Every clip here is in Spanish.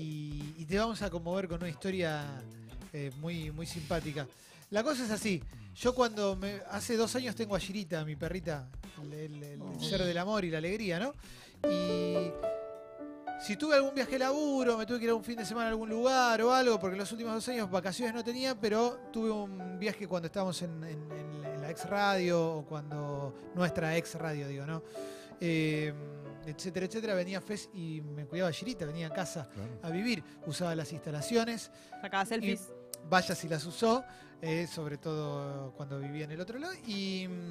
y te vamos a conmover con una historia eh, muy, muy simpática. La cosa es así. Yo cuando me- hace dos años tengo a Girita, mi perrita, el, el- el ser del amor y la alegría, ¿no? Y si tuve algún viaje de laburo, me tuve que ir a un fin de semana a algún lugar o algo, porque los últimos dos años vacaciones no tenía, pero tuve un viaje cuando estábamos en, en- en la- en la ex radio, o cuando nuestra ex radio, digo, ¿no? Eh, etcétera, etcétera. Venía Fez y me cuidaba Girita, venía a casa Claro. a vivir, usaba las instalaciones Sacaba selfies. vaya si las usó, eh, sobre todo cuando vivía en el otro lado. Y. mm,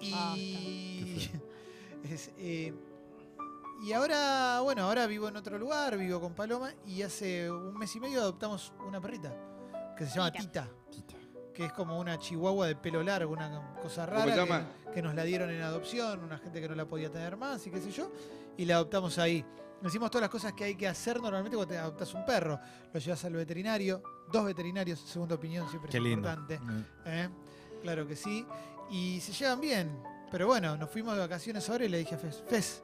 Ah, Y. está es, eh, y ahora, bueno, ahora vivo en otro lugar, vivo con Paloma y hace un mes y medio adoptamos una perrita que se llama Tita. Que es como una chihuahua de pelo largo, una cosa ¿Cómo se rara. que- llama? Que, nos la dieron en adopción, una gente que no la podía tener más y qué sé yo. Y la adoptamos ahí. Hicimos todas las cosas que hay que hacer normalmente cuando te adoptas un perro. Lo llevas al veterinario, dos veterinarios, segunda opinión siempre Qué es lindo. importante. ¿eh? Claro que sí. Y se llevan bien. Pero bueno, nos fuimos de vacaciones ahora y le dije a Fez, Fez,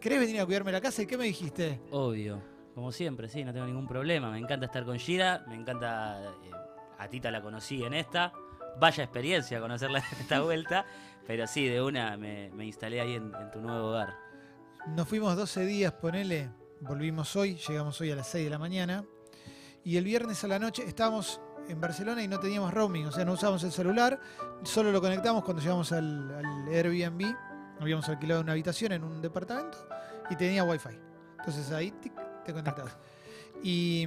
¿querés venir a cuidarme la casa? ¿Y qué me dijiste? Obvio, como siempre, sí, no tengo ningún problema. Me encanta estar con Gira, me encanta. eh, a Tita la conocí en esta. Vaya experiencia conocerla en esta vuelta. Pero sí, de una me, me instalé ahí en, en tu nuevo hogar. Nos fuimos 12 días, ponele. Volvimos hoy, llegamos hoy a las 6 de la mañana. Y el viernes a la noche estábamos en Barcelona y no teníamos roaming, o sea, no usábamos el celular, solo lo conectamos cuando llegamos al, al Airbnb. Habíamos alquilado una habitación en un departamento y tenía wifi. Entonces ahí tic, te conectabas. Y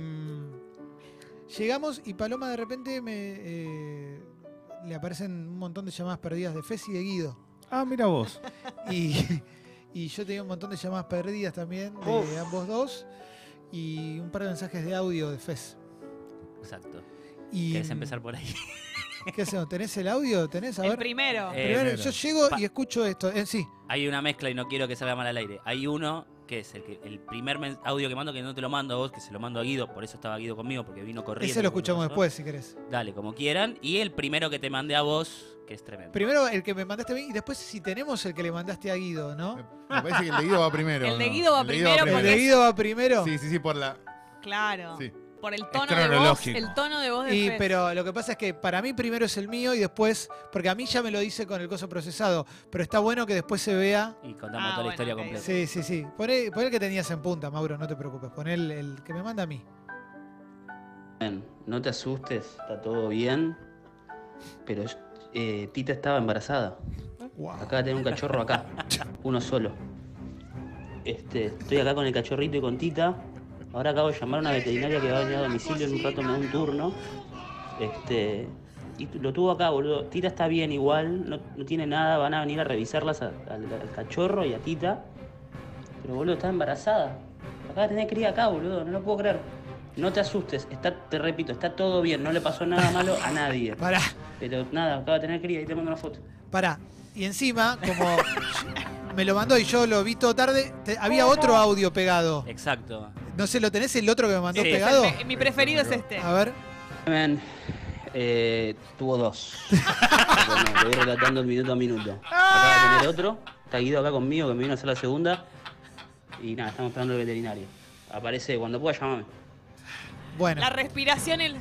mm, llegamos y Paloma de repente me, eh, le aparecen un montón de llamadas perdidas de Fez y de Guido. Ah, mira vos. Y, y yo tenía un montón de llamadas perdidas también de Uf. ambos dos. Y un par de mensajes de audio de Fez. Exacto. Y, ¿Querés empezar por ahí? ¿Qué hacemos? ¿Tenés el audio? ¿Tenés? A El ver. primero. Eh, Primero, primero. yo llego Pa- y escucho esto. En sí. Hay una mezcla y no quiero que salga mal al aire. Hay uno que es el, que- el primer men- audio que mando, que no te lo mando a vos, que se lo mando a Guido, por eso estaba Guido conmigo, porque vino corriendo. Ese lo cuando escuchamos pasó. después, si querés. Dale, como quieran. Y el primero que te mandé a vos, que es tremendo. Primero el que me mandaste a mí y después si tenemos el que le mandaste a Guido, ¿no? Me parece que el de Guido va primero. El de ¿no? Guido va El de primero ¿El porque de Guido va primero? Sí, sí, sí, por la. Claro. Sí. Por el Es tono de voz. cronológico. El tono de voz de Y, Fez. pero lo que pasa es que para mí primero es el mío y después, porque a mí ya me lo dice con el coso procesado, pero está bueno que después se vea Y contamos Ah, toda bueno, la historia ok, completa. Sí, sí, sí. Pon el, pon el que tenías en punta, Mauro, no te preocupes. Pon el, el que me manda a mí. Bien, no te asustes, está todo bien. Pero eh, Tita estaba embarazada. Acá tengo un cachorro acá, uno solo. Este, estoy acá con el cachorrito y con Tita. Ahora acabo de llamar a una veterinaria que va a venir a domicilio en un rato me da un turno. Este, y tu- lo tuvo acá, boludo. Tita está bien igual, no, no tiene nada, van a venir a revisarlas a- al, al cachorro y a Tita. Pero boludo, está embarazada. Acaba de tener cría acá, boludo, no lo puedo creer. No te asustes, está, te repito, está todo bien, no le pasó nada malo a nadie. Pará, Pero nada, acaba de tener cría, ahí te mando una foto. pará. Y encima, como me lo mandó y yo lo vi todo tarde, te- había otro audio pegado. Exacto. No sé, ¿lo tenés el otro que me mandó Sí. pegado? Ah, Es el pe- mi preferido es este. A ver. Men, eh, tuvo dos. bueno, te voy relatando minuto a minuto. Acaba de tener otro. Está Guido acá conmigo que me vino a hacer la segunda. Y nada, estamos esperando al veterinario. Aparece cuando pueda, llámame. Bueno, La respiración. El...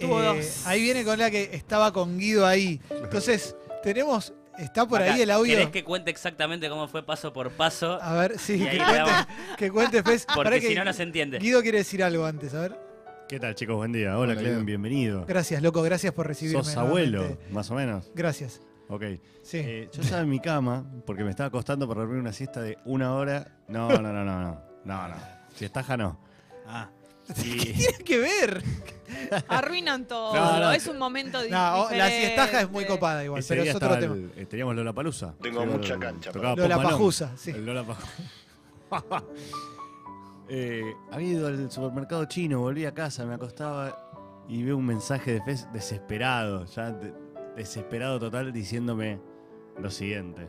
tuvo eh, dos. ahí viene con la que estaba con Guido ahí. Entonces, tenemos. ¿Está por Acá, ahí el audio? ¿Querés que cuente exactamente cómo fue paso por paso? A ver, sí, Y que ahí le damos. cuente, que cuente, Fez. Pará Porque que si no, no se entiende. Guido quiere decir algo antes, a ver. ¿Qué tal, chicos? Buen día. Hola, Hola, Clemen, Guido. bienvenido. Gracias, loco, gracias por recibirme. Sos abuelo, nuevamente. más o menos. Gracias. Ok. Sí. Eh, yo estaba en mi cama porque me estaba acostando para dormir una siesta de una hora. No, no, no, no, no. No, no. Si estaja, no. Ah. ¿Qué tiene que ver? Arruinan todo. No, no, es un momento di- No, o- la diferente. siestaja es muy copada igual, Ese pero día es otro estaba tema. el- eh, teníamos Lola Palusa. Tengo mucha cancha para Lola Pajusa, sí. Lola Eh, había ido al supermercado chino, volví a casa, me acostaba y veo un mensaje de Fez desesperado, ya de- desesperado total, diciéndome lo siguiente.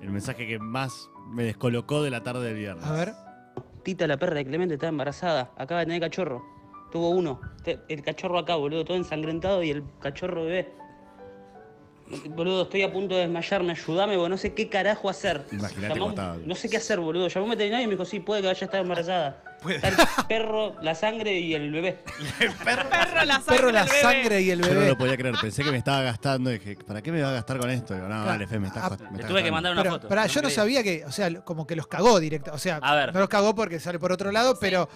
El mensaje que más me descolocó de la tarde del viernes. A ver, Tita, la perra de Clemente, está embarazada. Acaba de tener cachorro. Tuvo uno. Te- El cachorro acá, boludo, todo ensangrentado y el cachorro bebé. Boludo, estoy a punto de desmayarme, ayúdame, porque no sé qué carajo hacer. Imagínate Llamó- cómo estaba. No sé qué hacer, boludo. Llamó un veterinario y me dijo, sí, puede que vaya a estar embarazada. Está el perro, la sangre y el bebé. Perro, la sangre. Perro, la del bebé. sangre y el Yo no bebé. lo podía creer, pensé que me estaba gastando. Dije, ¿para qué me va a gastar con esto? Digo, no, vale, Fe, me estás Ah, cost- me Le estás tuve que gastando. mandar una Pero, foto. pará, yo no creí. sabía que, o sea, como que los cagó directa. O sea, A ver. no los cagó porque sale por otro lado, pero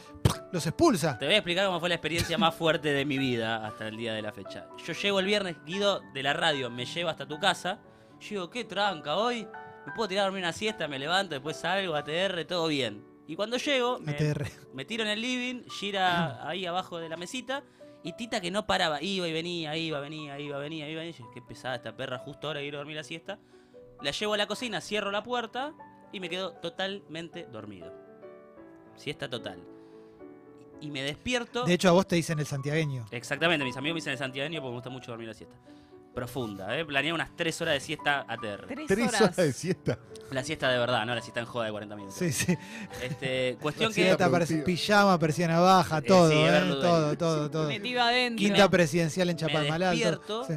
los expulsa. Te voy a explicar cómo fue la experiencia más fuerte de mi vida hasta el día de la fecha. Yo llego el viernes, Guido de la radio me lleva hasta tu casa. Yo digo, qué tranca hoy. Me puedo tirar a dormir una siesta, me levanto, después salgo, ATR, todo bien. Y cuando llego, me, ATR. me tiro en el living, gira ahí abajo de la mesita. Y Tita que no paraba, iba y venía, iba, venía, iba, venía, iba, venía. Yo, Qué pesada esta perra, justo ahora ir a dormir la siesta. La llevo a la cocina, cierro la puerta y me quedo totalmente dormido. Siesta total. Y me despierto. De hecho, a vos te dicen el santiagueño. Exactamente, mis amigos me dicen el santiagueño porque me gusta mucho dormir la siesta. Profunda, ¿eh? Planeé unas 3 horas de siesta ATR. Tres, Tres horas. horas de siesta. La siesta de verdad, no la siesta en joda de 40 minutos. Sí, sí. Este, cuestión Sí, que. hasta parece- productivo. pijama, persiana baja, Eh, todo, sí, ¿eh? Everly. todo, todo, todo. Metido adentro. Quinta presidencial en Me Chapadmalal. despierto. todo. Sí.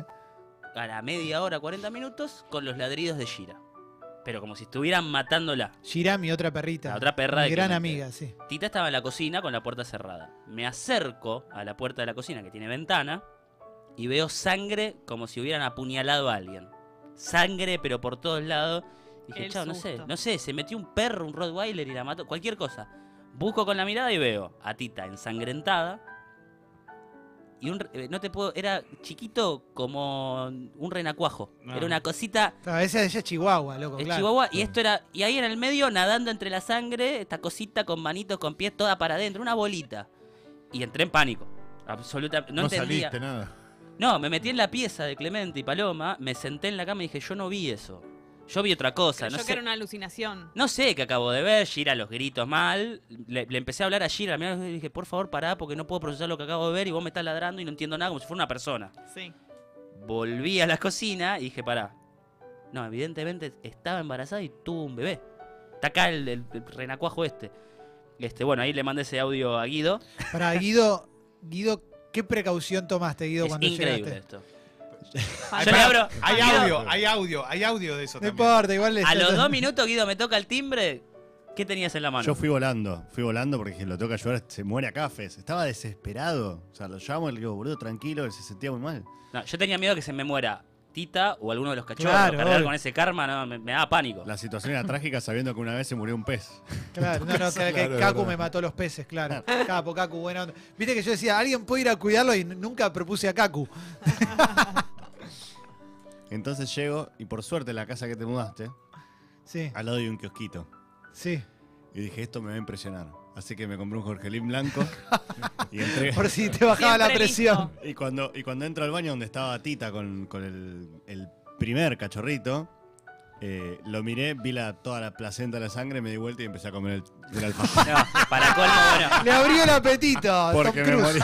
a la media hora, 40 minutos, con los ladridos de Shira. Pero como si estuvieran matánándola. Girá, mi otra perrita. La otra Mi perra de gran Clemente. amiga, sí. Tita estaba en la cocina con la puerta cerrada. Me acerco a la puerta de la cocina que tiene ventana y veo sangre como si hubieran apuñalado a alguien. Sangre, pero por todos lados. Dije, El chao, no sé, susto. no sé, se metió un perro, un Rottweiler y la mató, cualquier cosa. Busco con la mirada y veo a Tita ensangrentada. Y un, re- eh, no te puedo, era chiquito como un renacuajo. Ah. Era una cosita Claro, esa ella es Chihuahua, loco, es claro. Chihuahua, y esto era. Y ahí en el medio, nadando entre la sangre, esta cosita con manitos, con pies, toda para adentro, una bolita. Y entré en pánico. Absolutamente. No, No, entendía. saliste nada. No, me metí en la pieza de Clemente y Paloma, me senté en la cama y dije, yo no vi eso. Yo vi otra cosa. Creyó No que sé, era una alucinación. no sé qué acabo de ver, Gira los gritos mal. Le, le empecé a hablar a Gira, mirá, le dije, por favor, pará, porque no puedo procesar lo que acabo de ver y vos me estás ladrando y no entiendo nada como si fuera una persona. Sí. Volví a la cocina y dije, pará. No, evidentemente estaba embarazada y tuvo un bebé. Está acá el, el- el renacuajo este. Este, bueno, ahí le mandé ese audio a Guido. Para Guido, Guido, ¿qué precaución tomaste, Guido, es cuando increíble llegaste? esto. Ay, Yo le pará, abro. Hay Guido, audio, hay audio, hay audio de eso No también. importa, igual A está- los dos minutos, Guido, me toca el timbre. ¿Qué tenías en la Ah, mano? Yo fui volando, fui volando porque dije, lo tengo que ayudar, se muere acá, Fez. Estaba desesperado. O sea, lo llamo y le digo, boludo, tranquilo, él se sentía muy mal. No, yo tenía miedo que se me muera Tita o alguno de los cachorros. Claro, Cargar obvio. con ese karma no, me, me daba pánico. La situación era trágica sabiendo que una vez se murió un pez. Claro, no, no, que, que Claro, Cacu verdad. me mató los peces, claro. Capo, Cacu, buena onda. Viste que yo decía, alguien puede ir a cuidarlo y n- nunca propuse a Cacu. Entonces llego y por suerte la casa que te mudaste, Sí, al lado hay un kiosquito. sí. Y dije, esto me va a impresionar. Así que me compré un Jorgelín blanco y entré. Por si te bajaba la Siempre presión. Y cuando, y cuando entro al baño donde estaba Tita con, con el, el primer cachorrito, eh, lo miré, vi la, toda la placenta, la sangre, me di vuelta y empecé a comer el, el alfajor. No, para colmo, bueno. Le abrió el apetito, Ah, Tom Porque me Cruise. morí.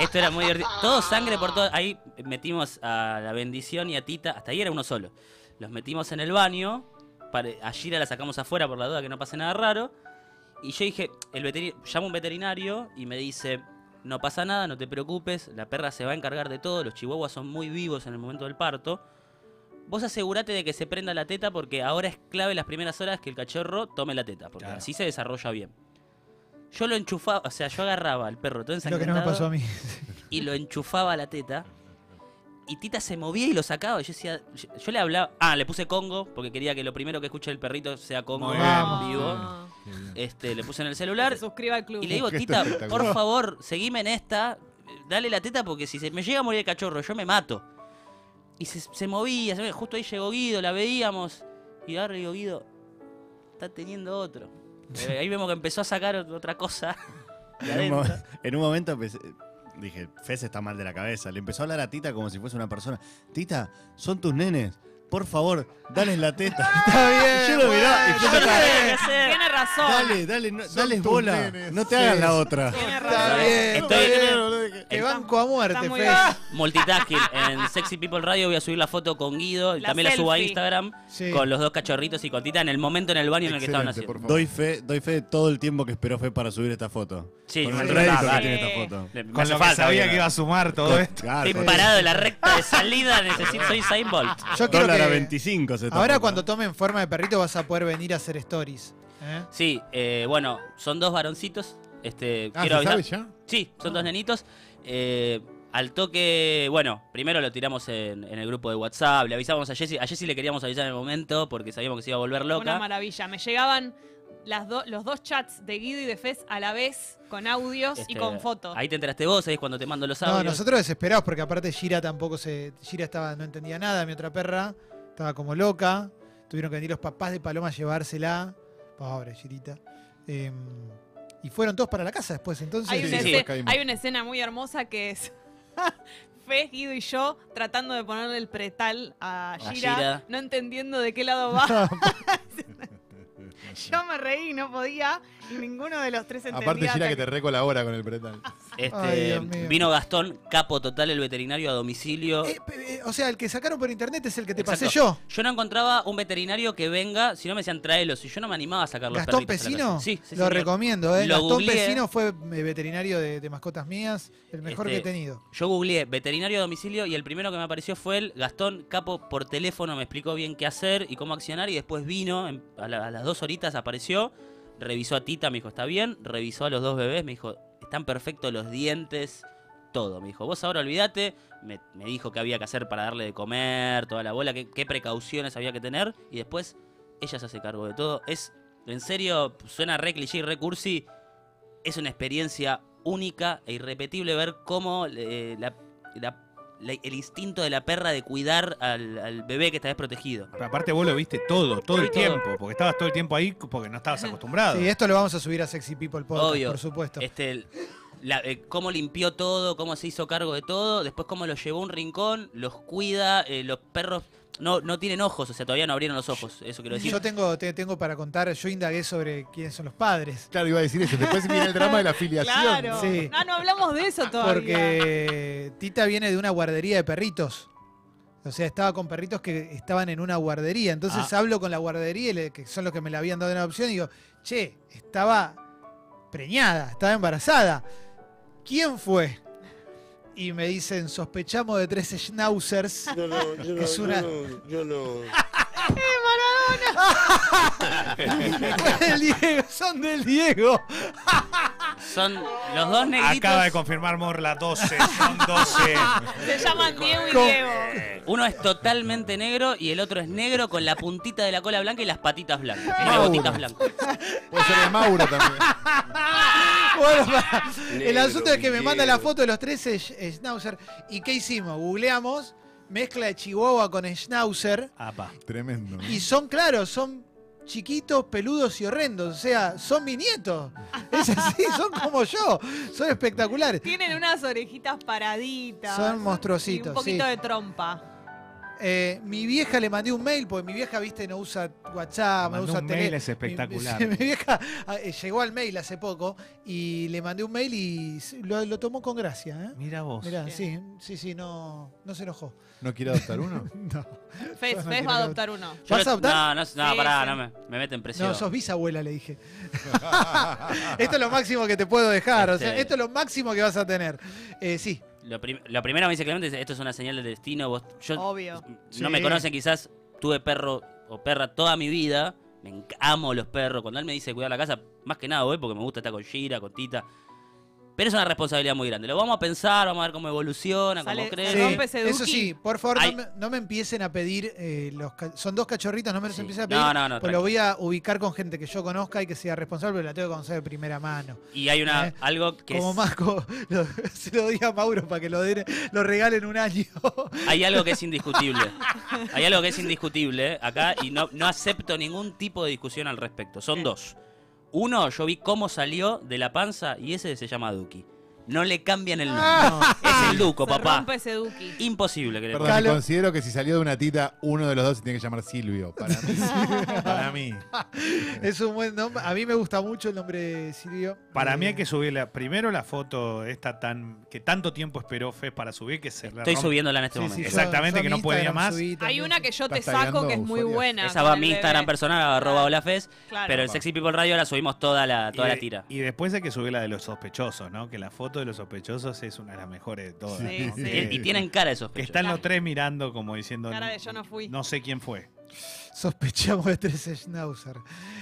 Esto era muy divertido. Todo sangre por todo. Ahí metimos a la bendición y a Tita. Hasta ahí era uno solo. Los metimos en el baño. Para, a Gira la sacamos afuera por la duda que no pase nada raro. Y yo dije, el veteri- llamo a un veterinario y me dice, no pasa nada, no te preocupes, la perra se va a encargar de todo, los chihuahuas son muy vivos en el momento del parto. Vos asegurate de que se prenda la teta porque ahora es clave las primeras horas que el cachorro tome la teta, porque así se desarrolla bien. Yo lo enchufaba, o sea, yo agarraba al perro todo Lo que no ensangrentado me pasó a mí. y lo enchufaba a la teta. Y Tita se movía y lo sacaba. Y Yo decía, yo, yo le hablaba. Ah, le puse Congo, porque quería que lo primero que escuche el perrito sea Congo Muy bien. vivo. No. Este, le puse en el Que celular Se suscriba al club. y le digo, Qué Tita, espectacular. por favor, seguime en esta. Dale la teta porque si se me llega a morir el cachorro, yo me mato. Y se, se movía, se movía. justo ahí llegó Guido, la veíamos. Y ahora le digo, Guido, está teniendo otro. Eh, Ahí vemos que empezó a sacar ot- otra cosa. de En un, adentro. mo- en un momento empecé- dije, Fez está mal de la cabeza. Le empezó a hablar a Tita como si fuese una persona. Tita, son tus nenes. por favor, dales la teta. Está bien. Yo lo miraba y bueno, yo está estaba- bien, que hacer. Tiene razón. Dale, dale, no- Son dales tus bola. nenes. No te hagas Sí. la otra. Tiene Está razón. bien. Estoy- Te Está- banco a muerte, está muy Fe. bien. Multitasking. En Sexy People Radio voy a subir la foto con Guido. y La también la subo a selfie. Instagram. Sí. Con los dos cachorritos y con Tita en el momento en el baño en el que estaban Excelente, haciendo. por favor. Doy fe, doy fe de todo el tiempo que esperó Fe para subir esta foto. Sí, Con sí, el sí, rédito sí. que tiene esta foto. Le- me Con hace lo que falta, sabía boludo. que iba a sumar todo esto. Claro, Estoy parado en la recta de salida. Necesito, soy Usain Bolt. Yo creo Dólar a que 25 se está ahora foto. cuando tomen forma de perrito vas a poder venir a hacer stories. ¿eh? Sí, eh, bueno, son dos varoncitos. Este, Ah, quiero ¿se avisar. sabe ya? Sí, son dos nenitos. Eh, al toque, bueno, primero lo tiramos en, en el grupo de WhatsApp, le avisamos a Jessy. A Jessy le queríamos avisar en el momento porque sabíamos que se iba a volver Una loca. maravilla. Me llegaban las do- los dos chats de Guido y de Fez a la vez, con audios Este, y con fotos. Ahí te enteraste vos, ahí es cuando te mando los No, audios. nosotros desesperados porque aparte Gira tampoco se Gira estaba no entendía nada, mi otra perra estaba como loca. Tuvieron que venir los papás de Paloma a llevársela. Pobre Girita. Eh, y fueron todos para la casa después, entonces eh, Hay, una sí, escena, después caímos. hay una escena muy hermosa que es Fez, Guido y yo tratando de ponerle el pretal a A Gira, Gira. no entendiendo de qué lado va. yo me reí, no podía, y ninguno de los tres entendía. Aparte, Gira, hasta que te recolabora con el pretal. Este, Ay, Dios mío. vino Gastón, capo total, el veterinario a domicilio. Eh, pe- eh, o sea, el que sacaron por internet es el que te pasé yo. Exacto. Yo no encontraba un veterinario que venga, si no me decían tráelos, y yo no me animaba a sacar los Gastón perritos a la Pesino, calle. Sí, sí, lo señor. recomiendo, ¿eh? Lo Gastón googleé. Pesino fue eh, veterinario de, de mascotas mías, el mejor que he Este, tenido. Yo googleé veterinario a domicilio y el primero que me apareció fue el Gastón Capo por teléfono, me explicó bien qué hacer y cómo accionar y después vino, en- a, la- a las dos horitas apareció, revisó a Tita, me dijo, está bien, revisó a los dos bebés, me dijo, están perfectos los dientes, todo, me dijo, vos ahora olvídate, me, me dijo qué había que hacer para darle de comer, toda la bola, qué, qué precauciones había que tener y después ella se hace cargo de todo. Es, en serio, suena re cliché y re cursi, es una experiencia única e irrepetible ver cómo eh, la- la- la- el instinto de la perra de cuidar al, al bebé que está desprotegido. Pero aparte vos lo viste todo, todo el Todo. tiempo, porque estabas todo el tiempo ahí porque no estabas acostumbrado. Sí, esto lo vamos a subir a Sexy People Podcast, Obvio. por supuesto. Este, el- la- eh, cómo limpió todo, cómo se hizo cargo de todo, después cómo los llevó a un rincón, los cuida, eh, los perros no, no tienen ojos, o sea, todavía no abrieron los ojos, eso quiero decir. Yo tengo, te- tengo para contar, yo indagué sobre quiénes son los padres. Claro, iba a decir eso. Después viene el drama de la afiliación. Claro. Sí. No, no hablamos de eso todavía. Porque Tita viene de una guardería de perritos. O sea, estaba con perritos que estaban en una guardería. Entonces Ah. hablo con la guardería, y le- que son los que me la habían dado en adopción, y digo, che, estaba preñada, estaba embarazada. ¿Quién fue? Y me dicen, sospechamos de tres schnauzers. Yo no, yo no, Es yo una- no, yo no. Del Diego, son del Diego. Son los dos negritos. Acaba de confirmar Morla 12, son 12. Se llaman Diego y Con- Diego. Uno es totalmente negro y el otro es negro con la puntita de la cola blanca y las patitas blancas. Y las Mauro. botitas blancas. Puede ser de Mauro también. Bueno, para- el Negro, asunto es que me manda la negro. foto de los tres sch- schnauzer. ¿Y qué hicimos? Googleamos, mezcla de Chihuahua con schnauzer. Apa. Tremendo. Y son, claros, son chiquitos, peludos y horrendos. O sea, son mi nieto. Es así, son como yo. Son espectaculares. Tienen unas orejitas paraditas. Son Y monstruositos. un poquito sí. de trompa. Eh, mi vieja le mandé un mail, porque mi vieja, viste, no usa WhatsApp, no Mandó usa un tele. mail, es Mi- espectacular. Mi, vieja ah, eh, llegó al mail hace poco y le mandé un mail y s- lo, lo tomó con gracia. ¿eh? Mira vos. Mirá, sí, sí, sí, no, no se enojó. ¿No quiere adoptar uno? Yo Fez, no quiero Fez va a que- adoptar uno. Yo ¿Vas lo- a adoptar? No, no, no, Sí, pará, sí. no me, me mete en presión. No, sos bisabuela, le dije. esto es lo máximo que te puedo dejar. O sea, Este- esto es lo máximo que vas a tener. Eh, sí, Lo, prim- lo primero me dice Clemente, dice, esto es una señal del destino. Vos, yo Obvio. no Sí. me conocen quizás, tuve perro o perra toda mi vida. Me enc- amo los perros. Cuando él me dice cuidar la casa, más que nada voy porque me gusta estar con Gira, con Tita. Pero es una responsabilidad muy grande. Lo vamos a pensar, vamos a ver cómo evoluciona, Sale- cómo crece. Sí, rompe ese eso duki. sí, por favor, Ay. no me, no me empiecen a pedir. eh, los ca- son dos cachorritos, no me los Sí. empiecen a pedir. No, no, no, pues lo voy a ubicar con gente que yo conozca y que sea responsable, pero la tengo que conocer de primera mano. Y hay una Eh, algo que Como es- Masco, lo- se lo di a Mauro para que lo, den- lo regalen un año. hay algo que es indiscutible. Hay algo que es indiscutible acá y no, no acepto ningún tipo de discusión al respecto. Son dos. Uno, yo vi cómo salió de la panza y ese se llama Duki. No le cambian el nombre. Es el Duco, Se papá. rompe ese Duki. Imposible que le Perdón, Calo- considero que si salió de una tita, uno de los dos se tiene que llamar Silvio. Para mí. para mí. Es un buen nombre. A mí me gusta mucho el nombre Silvio. Para Eh, mí hay que subir la- primero la foto esta tan que tanto tiempo esperó Fez para subir que se la Estoy rompe. subiéndola en este sí, sí, momento. yo- Exactamente, yo a que mi no podía Instagram más. subí Hay también. una que yo te Está saco que es tagueando muy euforia. buena. Esa con va a el mi bebé. Instagram personal, arroba holafes, Claro. pero el Sexy People Radio ahora subimos toda la, toda y, la de- tira. y después hay que subir la de los sospechosos, ¿no? Que la foto de los sospechosos es una de las mejores de todas. Sí, ¿no? sí. Que- Y, y tienen cara de que sospechosos. están los tres mirando como diciendo. Cara de yo no fui. No sé quién fue. Sospechamos de tres Schnauzer.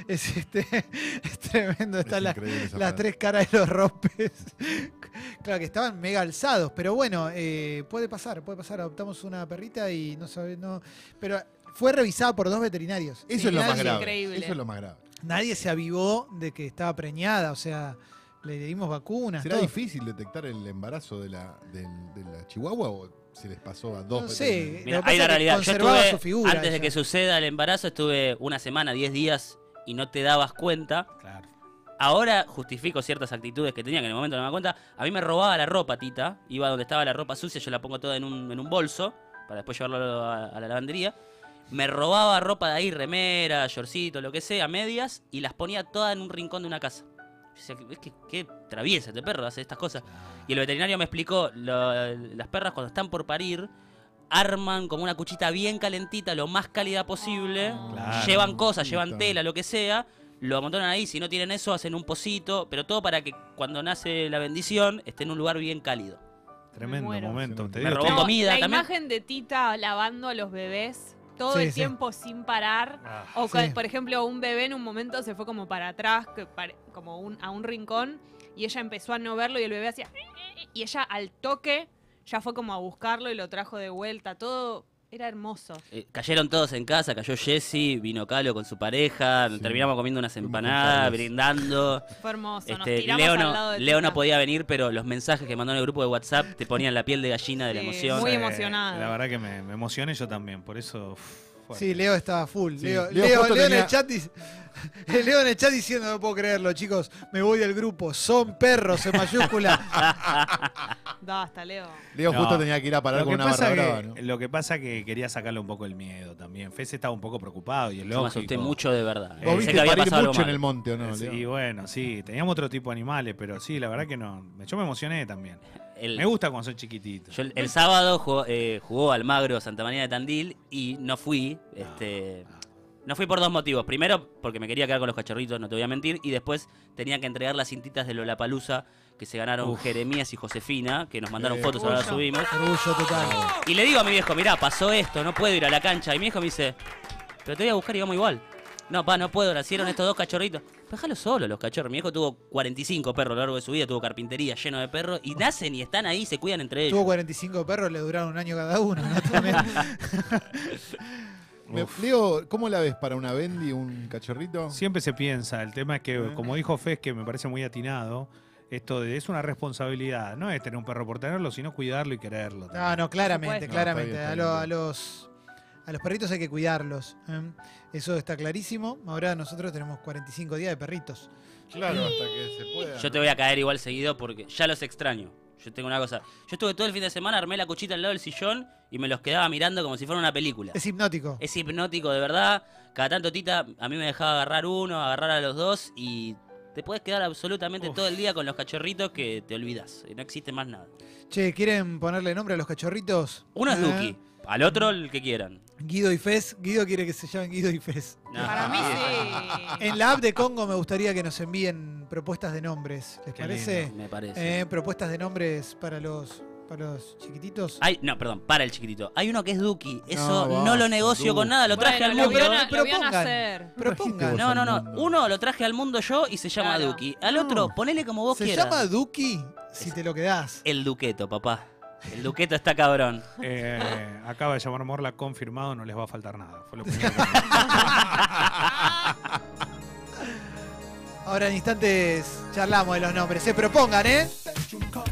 Es, este, es tremendo. Es Están las, increíble esa las frase. tres caras de los rompes. Claro que estaban mega alzados, pero bueno, eh, puede pasar, puede pasar. Adoptamos una perrita y no sabe, no. Pero fue revisada por dos veterinarios. Eso Sí, es lo más nadie- grave. increíble. Eso es lo más grave. Nadie se avivó de que estaba preñada, o sea, le dimos vacunas. ¿Será todo. difícil detectar el embarazo de la, del- de la chihuahua o se les pasó a dos? No sé. veterinarios? Mira, Lo que hay pasa la es que realidad. Yo conservaba estuve, su figura antes de ella. que suceda el embarazo, estuve una semana, 10 días y no te dabas cuenta. Claro. Ahora justifico ciertas actitudes que tenía que en el momento no me daba cuenta. A mí me robaba la ropa, Tita. Iba donde estaba la ropa sucia, yo la pongo toda en un, en un bolso para después llevarlo a, a la lavandería. Me robaba ropa de ahí, remera, shortcito, lo que sea, medias, y las ponía todas en un rincón de una casa. Yo decía, es que qué traviesa este perro, hace estas cosas. Y el veterinario me explicó, lo- las perras cuando están por parir, arman como una cuchita bien calentita, lo más cálida posible. Claro. Llevan cosas, llevan Puta. tela, lo que sea. Lo amontonan ahí, si no tienen eso, hacen un pocito, pero todo para que cuando nace la bendición esté en un lugar bien cálido. Tremendo muero. momento. Te Me digo, robó tengo- con comida la también. imagen de Tita lavando a los bebés todo Sí, el sí. tiempo sin parar. Ah, O, Sí. cu- por ejemplo, un bebé en un momento se fue como para atrás, que pare- como un- a un rincón, y ella empezó a no verlo y el bebé hacía... Y ella al toque ya fue como a buscarlo y lo trajo de vuelta. Todo era hermoso. Eh, cayeron todos en casa, cayó Jesse, vino Calo con su pareja, Sí. terminamos comiendo unas Fuimos empanadas, juntarlos. brindando. Fue hermoso. Nos Este, tiramos Leo, al no, lado de Leo no Tita. podía venir, pero los mensajes que mandó en el grupo de WhatsApp te ponían la piel de gallina de la Sí, emoción. Muy eh, emocionada. La verdad que me, me emocioné yo también. Por eso. uf, fuerte. Sí, Leo estaba full. Sí. Leo, Leo Leo- justo Leo en el tenía- chat dice- Leo en el chat diciendo, no puedo creerlo, chicos, me voy del grupo, son perros en mayúscula. Da, hasta Leo. Leo No. justo tenía que ir a parar Lo con que, una barra pasa que, brava, ¿no? lo que pasa que quería sacarle un poco el miedo también. Fez estaba un poco preocupado y es Yo me lógico. asusté mucho de verdad. Vos Vos Pensé viste que había parir pasado algo mucho en malo. el monte, ¿o no, Eh, sí, Leo? bueno, sí, teníamos otro tipo de animales, pero sí, la verdad que no. me- Yo me emocioné también. El- Me gusta cuando son chiquititos. yo el, el sábado jugó, eh, jugó Almagro Santa María de Tandil y no fui. Ah, Este, no fui por dos motivos. Primero, porque me quería quedar con los cachorritos, no te voy a mentir. Y después tenía que entregar las cintitas de Lollapalooza que se ganaron Jeremías y Josefina, que nos mandaron Eh, fotos, ahora las Orgullo. subimos. Orgullo total. Y le digo a mi viejo, mirá, pasó esto, no puedo ir a la cancha. Y mi viejo me dice, pero te voy a buscar y vamos igual. No, pa, no puedo, nacieron estos dos cachorritos. Déjalo solo los cachorros. Mi viejo tuvo 45 perros a lo largo de su vida, tuvo carpintería lleno de perros. Y nacen y están ahí, se cuidan entre ellos. Tuvo 45 perros, le duraron un año cada uno. ¿no? Tremendo. Me- Leo, ¿cómo la ves para una Bendy, un cachorrito? Siempre se piensa, el tema es que, Mm. como dijo Fez, que me parece muy atinado, esto de, es una responsabilidad, no es tener un perro por tenerlo, sino cuidarlo y quererlo. No, también. no, claramente, supuesto. claramente. No, está bien, está a, bien, lo- está a los, a los perritos hay que cuidarlos. ¿eh? Eso está clarísimo. Ahora nosotros tenemos 45 días de perritos. Claro, hasta que se pueda. Yo te voy a caer igual seguido porque ya los extraño. Yo tengo una cosa. Yo estuve todo el fin de semana, armé la cuchita al lado del sillón y me los quedaba mirando como si fuera una película. Es hipnótico. Es hipnótico, de verdad. Cada tanto Tita a mí me dejaba agarrar uno, agarrar a los dos y te puedes quedar absolutamente todo el día con los cachorritos que te olvidas. No existe más nada. Che, ¿quieren ponerle nombre a los cachorritos? Uno es ¿Eh? Duki, al otro el que quieran. Guido y Fez. Guido quiere que se llamen Guido y Fez. No. Ah, Para mí sí. En la app de Congo me gustaría que nos envíen propuestas de nombres. ¿Les Qué parece? Me parece. Eh, propuestas de nombres para los, para los chiquititos. Ay, no, perdón, para el chiquitito. Hay uno que es Duki. Eso No, no, basta, lo negocio Duki. con nada, lo traje Bueno, al lo mundo. vio, na- lo vio Propongan. nacer. Propongan. No, no, al no. mundo. Uno lo traje al mundo yo y se llama Claro. Duki. Al No. otro, ponele como vos Se quieras. llama Duki si Es- te lo quedás. El Duqueto, papá. El Duqueto está cabrón. Eh, acaba de llamar Morla confirmado, no les va a faltar nada. Fue lo primero que Ahora en instantes charlamos de los nombres. Se propongan, ¿eh?